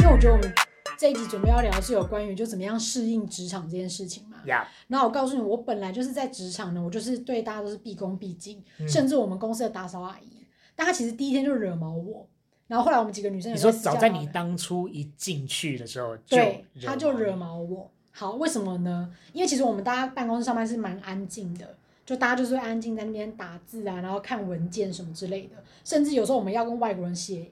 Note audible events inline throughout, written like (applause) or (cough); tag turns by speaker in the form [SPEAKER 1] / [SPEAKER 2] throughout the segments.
[SPEAKER 1] 因为我觉得我们这一集准备要聊的是有关于就怎么样适应职场这件事情嘛。
[SPEAKER 2] 呀，
[SPEAKER 1] 然后我告诉你，我本来就是在职场呢，我就是对大家都是毕恭毕敬，
[SPEAKER 2] 嗯
[SPEAKER 1] 甚至我们公司的打扫阿姨，但她其实第一天就惹毛我。然后后来我们几个女生
[SPEAKER 2] 你
[SPEAKER 1] 也
[SPEAKER 2] 说
[SPEAKER 1] 私
[SPEAKER 2] 早
[SPEAKER 1] 下
[SPEAKER 2] 在
[SPEAKER 1] 讨
[SPEAKER 2] 你
[SPEAKER 1] 论
[SPEAKER 2] 当初一进去的时候就
[SPEAKER 1] 对，
[SPEAKER 2] 惹
[SPEAKER 1] 他就
[SPEAKER 2] 毛
[SPEAKER 1] 惹
[SPEAKER 2] 你
[SPEAKER 1] 毛我。好，为什么呢？因为其实我们大家办公室上班是蛮安静的，就大家就是会安静在那边打字啊，然后看文件什么之类的，甚至有时候我们要跟外国人写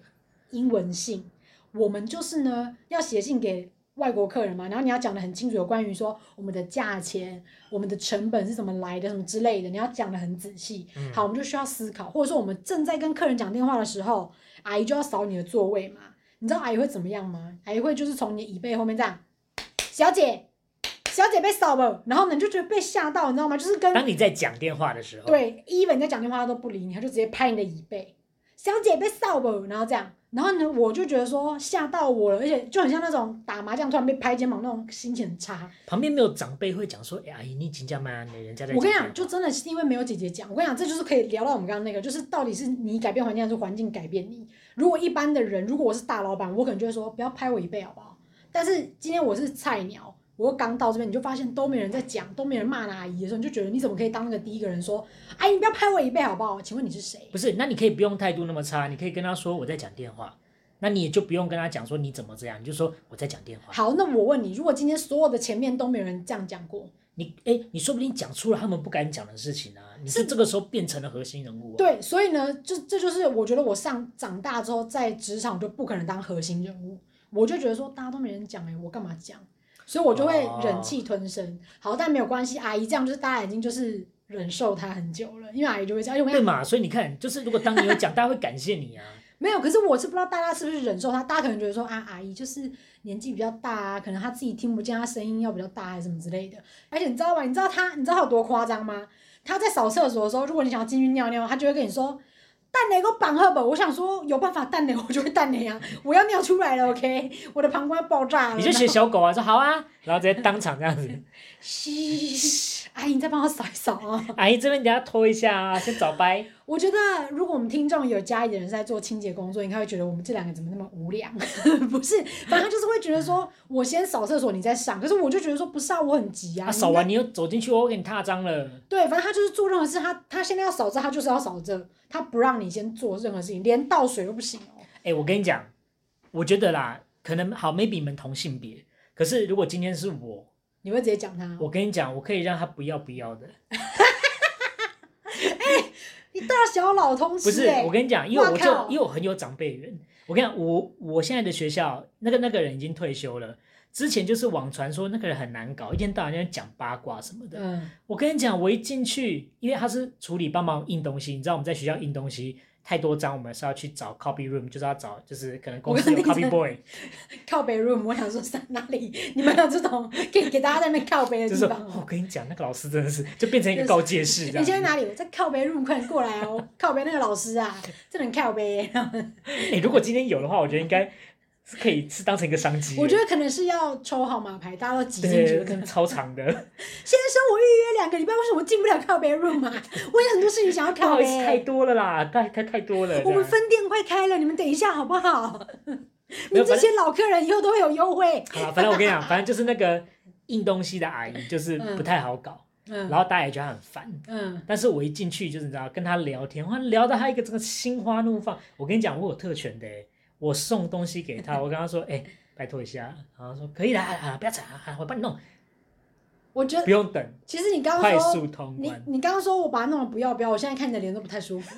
[SPEAKER 1] 英文信，我们就是呢要写信给。外国客人嘛，然后你要讲的很清楚，有关于说我们的价钱、我们的成本是怎么来的，什么之类的，你要讲的很仔细。
[SPEAKER 2] 嗯
[SPEAKER 1] 好，我们就需要思考，或者说我们正在跟客人讲电话的时候，阿姨就要扫你的座位嘛。你知道阿姨会怎么样吗？阿姨会就是从你的椅背后面这样，小姐，小姐被扫了，然后呢你就觉得被吓到，你知道吗？就是跟
[SPEAKER 2] 当你在讲电话的时候，，
[SPEAKER 1] 对，even 你在讲电话她都不理你，她就直接拍你的椅背，小姐被扫了，然后这样，然后呢我就觉得说吓到我了，而且就很像那种打麻将突然被拍肩膀那种心情很差。
[SPEAKER 2] 旁边没有长辈会讲说：“哎、阿姨，你请假吗？人家在。”
[SPEAKER 1] 我跟你讲，就真的是因为没有姐姐讲。我跟你讲，这就是可以聊到我们刚刚那个，就是到底是你改变环境还是环境改变你。如果一般的人，如果我是大老板，我可能就会说不要拍我一背好不好？但是今天我是菜鸟，我刚到这边，你就发现都没人在讲，都没人骂那阿姨的时候，你就觉得你怎么可以当那个第一个人说，哎，你不要拍我一背好不好？请问你是谁？
[SPEAKER 2] 不是，那你可以不用态度那么差，你可以跟他说我在讲电话，那你也就不用跟他讲说你怎么这样，你就说我在讲电话。
[SPEAKER 1] 好，那我问你，如果今天所有的前面都没有人这样讲过，
[SPEAKER 2] 你哎、你说不定讲出了他们不敢讲的事情啊，你是这个时候变成了核心人物、啊。，
[SPEAKER 1] 对，所以呢，就这就是我觉得我上长大之后在职场就不可能当核心人物，我就觉得说大家都没人讲哎、我干嘛讲？所以我就会忍气吞声。好，但没有关系，阿姨这样就是大家已经就是忍受她很久了，因为阿姨就会这样。哎，我跟
[SPEAKER 2] 对
[SPEAKER 1] 你讲，
[SPEAKER 2] 嘛？所以你看，就是如果当你有讲，大家会感谢你啊。
[SPEAKER 1] (laughs) 没有，可是我是不知道大家是不是忍受她，大家可能觉得说啊，阿姨就是年纪比较大啊，可能她自己听不见，她声音要比较大还是什么之类的。而且你知道吗？你知道她，你知道她有多夸张吗？她在扫厕所的时候，如果你想要进去尿尿，她就会跟你说。蛋雷给我绑好吧！我想说有办法蛋雷，我就会蛋雷啊！我要尿出来了，OK，我的膀胱要爆炸了。
[SPEAKER 2] 你就学小狗啊，说好啊，然后直接当场这
[SPEAKER 1] (laughs)
[SPEAKER 2] 样子。
[SPEAKER 1] 嘘，阿姨，你再帮我扫一扫啊！
[SPEAKER 2] 阿姨这边等一下拖一下啊，先早掰。
[SPEAKER 1] 我觉得如果我们听众有家里的人是在做清洁工作，应该会觉得我们这两个怎么那么无良？ (laughs) 不是，反正他就是会觉得
[SPEAKER 2] 嗯
[SPEAKER 1] 说，我先扫厕所，你再上。可是我就觉得说，不是啊，我很急啊。
[SPEAKER 2] 啊，
[SPEAKER 1] 你
[SPEAKER 2] 扫
[SPEAKER 1] 应该
[SPEAKER 2] 完你又走进去，我给你踏脏了。
[SPEAKER 1] 对，反正他就是做任何事，他他现在要扫这，他就是要扫这，他不让你先做任何事情，连倒水都不行哦。
[SPEAKER 2] 哎、我跟你讲，我觉得啦，可能好，maybe 你们同性别，可是如果今天是我，
[SPEAKER 1] 你会直接讲他，哦
[SPEAKER 2] 我跟你讲，我可以让他不要不要的，
[SPEAKER 1] 你大小老通
[SPEAKER 2] 不
[SPEAKER 1] 吃、
[SPEAKER 2] 是
[SPEAKER 1] 欸。
[SPEAKER 2] 我跟你讲，因为
[SPEAKER 1] 哇
[SPEAKER 2] 我就
[SPEAKER 1] 靠
[SPEAKER 2] 因为我很有长辈缘，我跟你讲，我我现在的学校那个那个人已经退休了，之前就是网传说那个人很难搞，一天到晚在讲八卦什么的。
[SPEAKER 1] 嗯，
[SPEAKER 2] 我跟你讲，我一进去，因为他是处理帮忙印东西，你知道我们在学校印东西太多张，我们是要去找 copy room，就是要找就是可能公司
[SPEAKER 1] 我跟
[SPEAKER 2] 有
[SPEAKER 1] 你
[SPEAKER 2] copy
[SPEAKER 1] 讲
[SPEAKER 2] boy，
[SPEAKER 1] 靠北 room，我想说在哪里？你们有这种给给大家在那边靠北的
[SPEAKER 2] (laughs) 就是
[SPEAKER 1] 地
[SPEAKER 2] 哦
[SPEAKER 1] 方
[SPEAKER 2] 我
[SPEAKER 1] 哦？
[SPEAKER 2] 跟你讲，那个老师真的是就变成一个告诫式这
[SPEAKER 1] 你现在
[SPEAKER 2] 样。
[SPEAKER 1] 哪里？我在靠北 room，快点过来哦！靠北那个老师啊，真的很靠北欸、
[SPEAKER 2] 哎，如果今天有的话，我觉得应该是可以是当成一个商机。
[SPEAKER 1] 我觉得可能是要抽号码牌，大家都挤进去
[SPEAKER 2] 对，
[SPEAKER 1] 了。可
[SPEAKER 2] 跟
[SPEAKER 1] 能
[SPEAKER 2] 超长
[SPEAKER 1] (laughs)
[SPEAKER 2] 的，
[SPEAKER 1] 先生，我预约两个礼拜，为什么进不了靠北 room 啊？ (laughs) 我有很多事情想要
[SPEAKER 2] 不好
[SPEAKER 1] 靠
[SPEAKER 2] 意思，太
[SPEAKER 1] 北。
[SPEAKER 2] 多了啦，太太太多了。
[SPEAKER 1] 我们
[SPEAKER 2] 这样
[SPEAKER 1] 分店快开了，你们等一下好不 (laughs) 好？
[SPEAKER 2] 没
[SPEAKER 1] 你
[SPEAKER 2] 有
[SPEAKER 1] 这些老客人以后都会有优惠。
[SPEAKER 2] 好啦，反正我跟你讲，反正就是那个印东西的阿姨，就是不太好搞，
[SPEAKER 1] 嗯
[SPEAKER 2] 然后大家也觉得她很烦。
[SPEAKER 1] 嗯，
[SPEAKER 2] 但是我一进去就是你知道跟她聊天，哇，聊到她一个这个心花怒放。我跟你讲，我有特权的欸，我送东西给她，我跟她说，哎，拜托一下，然后她说可以啦，啊，不要吵啊，我帮你弄，
[SPEAKER 1] 我觉得
[SPEAKER 2] 不用等。
[SPEAKER 1] 其实你刚
[SPEAKER 2] 快
[SPEAKER 1] 刚说
[SPEAKER 2] 速通
[SPEAKER 1] 你
[SPEAKER 2] 关，
[SPEAKER 1] 你刚刚说我把它弄得不要不要，我现在看你的脸都不太舒服。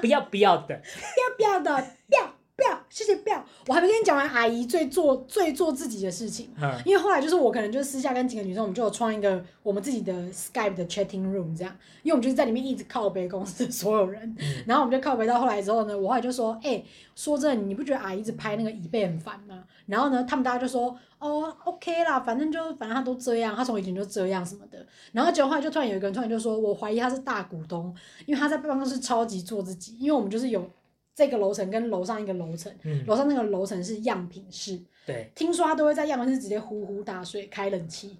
[SPEAKER 2] 不要不要的，
[SPEAKER 1] (laughs) 不要不要的，不要不要，谢谢不要。我还没跟你讲完阿姨最做最做自己的事情。 (laughs)
[SPEAKER 2] 嗯，
[SPEAKER 1] 因为后来就是我可能就是私下跟几个女生，我们就有创一个我们自己的 Skype 的 chatting room 这样，因为我们就是在里面一直靠背公司的所有人，然后我们就靠背到后来之后呢，我后来就说，哎、说真的，你不觉得阿姨一直拍那个椅背很烦吗？然后呢，他们大家就说，哦，OK 啦，反正就反正他都这样，他从以前就这样什么的。然后结果后来就突然有一个人突然就说，我怀疑他是大股东，因为他在办公室超级做自己，因为我们就是有这个楼层跟楼上一个楼层，
[SPEAKER 2] 嗯
[SPEAKER 1] 楼上那个楼层是样品室，
[SPEAKER 2] 对，
[SPEAKER 1] 听说他都会在样板室直接呼呼大睡，开冷气，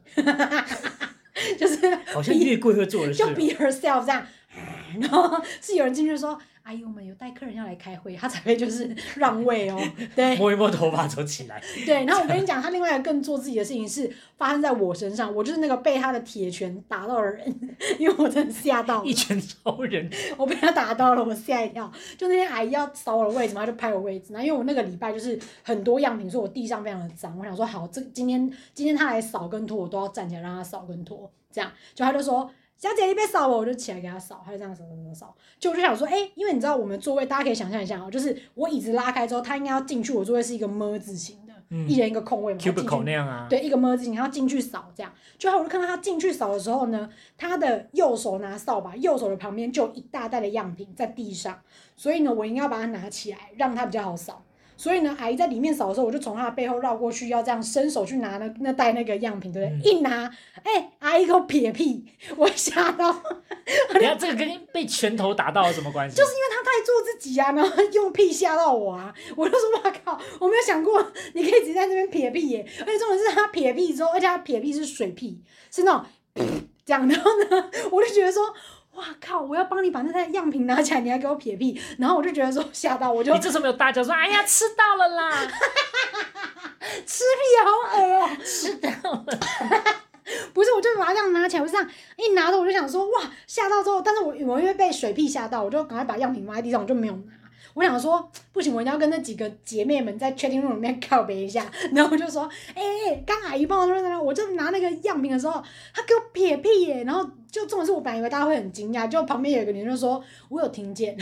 [SPEAKER 1] 就是 (laughs)
[SPEAKER 2] 好像越贵会做的事
[SPEAKER 1] 就。be herself 这样， (laughs) 然后是有人进去说：“阿姨，我们有带客人要来开会，他才会就是让位
[SPEAKER 2] (laughs)
[SPEAKER 1] 哦。”对，
[SPEAKER 2] 摸一摸头发走
[SPEAKER 1] (laughs)
[SPEAKER 2] 起来，
[SPEAKER 1] 对，然后我跟你讲，他另外一个更做自己的事情是发生在我身上，我就是那个被他的铁拳打到的人， (laughs) 因为我真的吓到了
[SPEAKER 2] 一，拳超人，
[SPEAKER 1] 我被他打到了，我吓一跳。就那天阿姨要扫我的位置嘛，她就拍我位置，然后因为我那个礼拜就是很多样品，所以我地上非常的脏，我想说好，这今天今天他来扫跟拖，我都要站起来让他扫跟拖，这样，就他就说。小姐，你别扫我，我就起来给他扫，他就这样扫扫扫扫。就我就想说，哎、因为你知道我们的座位，大家可以想象一下哦，就是我椅子拉开之后，他应该要进去，我座位是一个么字形的，
[SPEAKER 2] 嗯
[SPEAKER 1] 一人一个空位嘛，进
[SPEAKER 2] (laughs) ，cubicle
[SPEAKER 1] 去
[SPEAKER 2] 那样啊，
[SPEAKER 1] 对一个么子，然后进去扫这样。就后我就看到他进去扫的时候呢，他的右手拿扫把，右手的旁边就有一大袋的样品在地上，所以呢，我应该要把它拿起来，让他比较好扫。所以呢，阿姨在里面扫的时候，我就从她的背后绕过去，要这样伸手去拿那那袋那个样品，对不对？一拿，哎、阿姨给我撇屁，我吓到，
[SPEAKER 2] (laughs) 等一下这个跟被拳头打到有什么关系？
[SPEAKER 1] 就是因为他太做自己啊，然后他用屁吓到我啊！我就说哇靠，我没有想过你可以直接在那边撇屁耶！而且重点是他撇屁之后，而且他撇屁是水屁，是那种嗯这样。然后呢， (laughs) 我就觉得说哇靠，我要帮你把那台样品拿起来，你还给我撇屁，然后我就觉得说吓到，我就
[SPEAKER 2] 你这时候没有大叫说，哎呀，吃到
[SPEAKER 1] (laughs)
[SPEAKER 2] 了啦，
[SPEAKER 1] 吃屁好恶哦、吃到了。不是，我就把它这样拿起来，我就这样一拿着，我就想说哇，吓到之后，但是我我因为被水屁吓到，我就赶快把样品放在地上，我就没有拿。我想说不行，我一定要跟那几个姐妹们在 chatting room 里面告别一下。然后我就说，哎、欸、哎，刚、阿姨帮我那那，我就拿那个样品的时候，她给我撇屁耶、然后就重点是我本来以为大家会很惊讶，就旁边有一个女生就说，我有听见，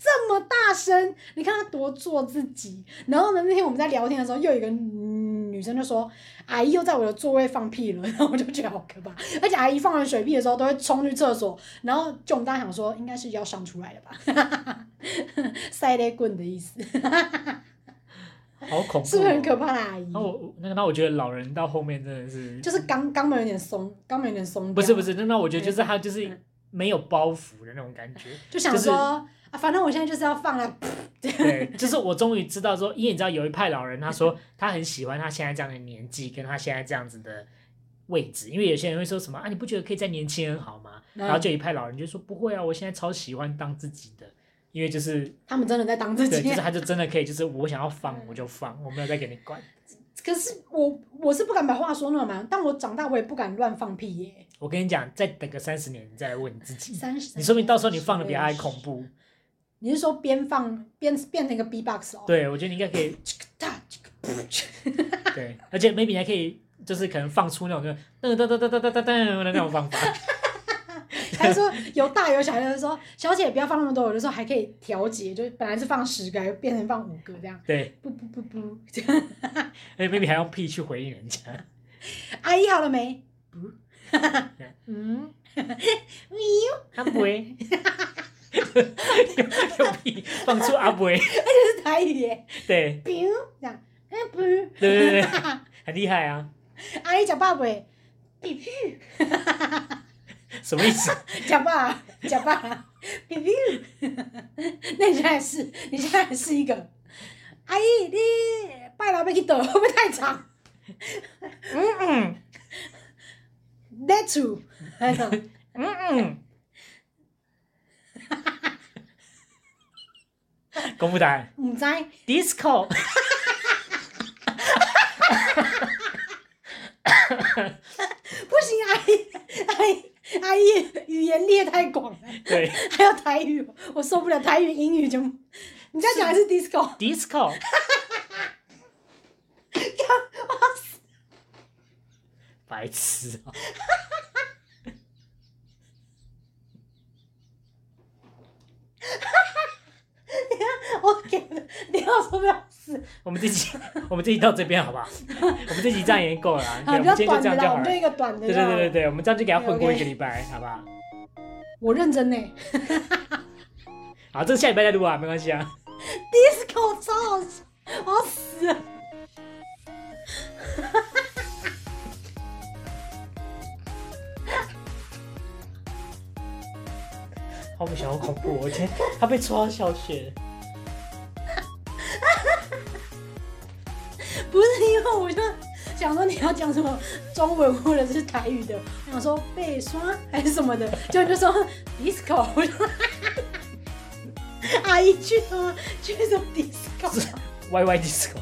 [SPEAKER 1] 这么大声，你看她多做自己。然后呢，那天我们在聊天的时候，又有一个嗯女生就说，阿姨又在我的座位放屁了，然后我就觉得好可怕。而且阿姨放完水屁的时候，都会冲去厕所，然后就我们大家想说，应该是要上出来了吧，塞雷棍的意思，
[SPEAKER 2] 好恐怖、哦，
[SPEAKER 1] 是不是很可？怕的阿姨
[SPEAKER 2] 那？我我那个那我觉得老人到后面真的是，
[SPEAKER 1] 就是肛肛门有点松，肛门有点松掉。
[SPEAKER 2] 不是不是，那那我觉得就是他就
[SPEAKER 1] 嗯
[SPEAKER 2] 是没有包袱的那种感觉，
[SPEAKER 1] 就想
[SPEAKER 2] 就是
[SPEAKER 1] 说啊，反正我现在就是要放了， (laughs)
[SPEAKER 2] 对，就是我终于知道说，因为你知道有一派老人，他说他很喜欢他现在这样的年纪，跟他现在这样子的位置，因为有些人会说什么啊，你不觉得可以再年轻很好吗？
[SPEAKER 1] 嗯
[SPEAKER 2] 然后就有一派老人就说不会啊，我现在超喜欢当自己的，因为就是
[SPEAKER 1] 他们真的在当自
[SPEAKER 2] 对，
[SPEAKER 1] 己
[SPEAKER 2] 就。是他就真的可以，就是我想要放我就
[SPEAKER 1] 嗯
[SPEAKER 2] 放，我没有再给你管。
[SPEAKER 1] 可是我我是不敢把话说那么满，但我长大我也不敢乱放屁耶。
[SPEAKER 2] 我跟你讲，再等个三十年，你再来问你自己，
[SPEAKER 1] 三十，
[SPEAKER 2] 你说不定到时候你放的比他还恐
[SPEAKER 1] 怖。
[SPEAKER 2] 怖。
[SPEAKER 1] 你是说边放边变成一个 B-box 哦？
[SPEAKER 2] 对，我觉得你应该可以，
[SPEAKER 1] 哒，
[SPEAKER 2] 对，而且 maybe 你还可以，就是可能放出那种就噔噔噔噔噔噔噔噔的那种方法。
[SPEAKER 1] 还说有大有小，就是说小姐不要放那么多，有的时候还可以调节，就是本来是放十个，还变成放五个这样。
[SPEAKER 2] 对，
[SPEAKER 1] 不不不不， (laughs) 这样
[SPEAKER 2] 而且哎 maybe 还用屁去回应人家。
[SPEAKER 1] 阿姨好了没？ (laughs) 嗯，
[SPEAKER 2] (laughs)
[SPEAKER 1] (laughs)
[SPEAKER 2] 阿 (laughs) 伯，用用屁放出阿伯， (laughs)
[SPEAKER 1] 这是台语耶。
[SPEAKER 2] 对
[SPEAKER 1] 比如这样，哎不如，
[SPEAKER 2] 对对对，很厉害啊！
[SPEAKER 1] (laughs) 阿姨讲爸喂，比比
[SPEAKER 2] 什么意思？
[SPEAKER 1] 讲爸讲爸，啊比比。 (laughs) 那你现在是，你现在是一个阿姨，你拜老要去倒， (laughs) 会不会太长
[SPEAKER 2] 嗯嗯
[SPEAKER 1] ？That too，还 (laughs) 有
[SPEAKER 2] 嗯嗯。 (laughs) 公布答案
[SPEAKER 1] 唔知。
[SPEAKER 2] ，disco。
[SPEAKER 1] 不行，阿姨，阿姨，阿姨，语言列太广了，
[SPEAKER 2] 对
[SPEAKER 1] 还有台语，我受不了台语、英语就，你再讲一次 disco，哇 (laughs)
[SPEAKER 2] ，disco。
[SPEAKER 1] 塞，
[SPEAKER 2] (laughs) 白痴啊！
[SPEAKER 1] 我给的，你要受不了死，
[SPEAKER 2] 我们这集 (laughs) 我们这集到这边好不好？我们这集这样也够了 (laughs) 啊，对
[SPEAKER 1] 啊，
[SPEAKER 2] 我
[SPEAKER 1] 比
[SPEAKER 2] 们
[SPEAKER 1] 较
[SPEAKER 2] 今天就
[SPEAKER 1] 短
[SPEAKER 2] 这
[SPEAKER 1] 的啦，我们就一
[SPEAKER 2] 样就好了。
[SPEAKER 1] 个短的，
[SPEAKER 2] 对对对对，对，我们这样就给他混过
[SPEAKER 1] OK，OK
[SPEAKER 2] 一个礼拜，好不好？
[SPEAKER 1] 我认真呢
[SPEAKER 2] 好，这个下礼拜再录啊，没关系啊。 (laughs)
[SPEAKER 1] ，disco 超好笑，我要死了。
[SPEAKER 2] 好不想好恐怖哦，我今天他被戳到笑穴。
[SPEAKER 1] 不是因为我就想说你要讲什么中文或者是台语的，我想说被刷还是什么的，就就说 disco，我 (laughs) 就阿姨去吗？去什么 disco？
[SPEAKER 2] Y Y Disco。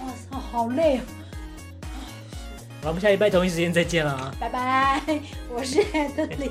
[SPEAKER 1] 哇操，好累哦！
[SPEAKER 2] 好我们下礼拜同一时间再见了啊！
[SPEAKER 1] 拜拜，我是 Emily。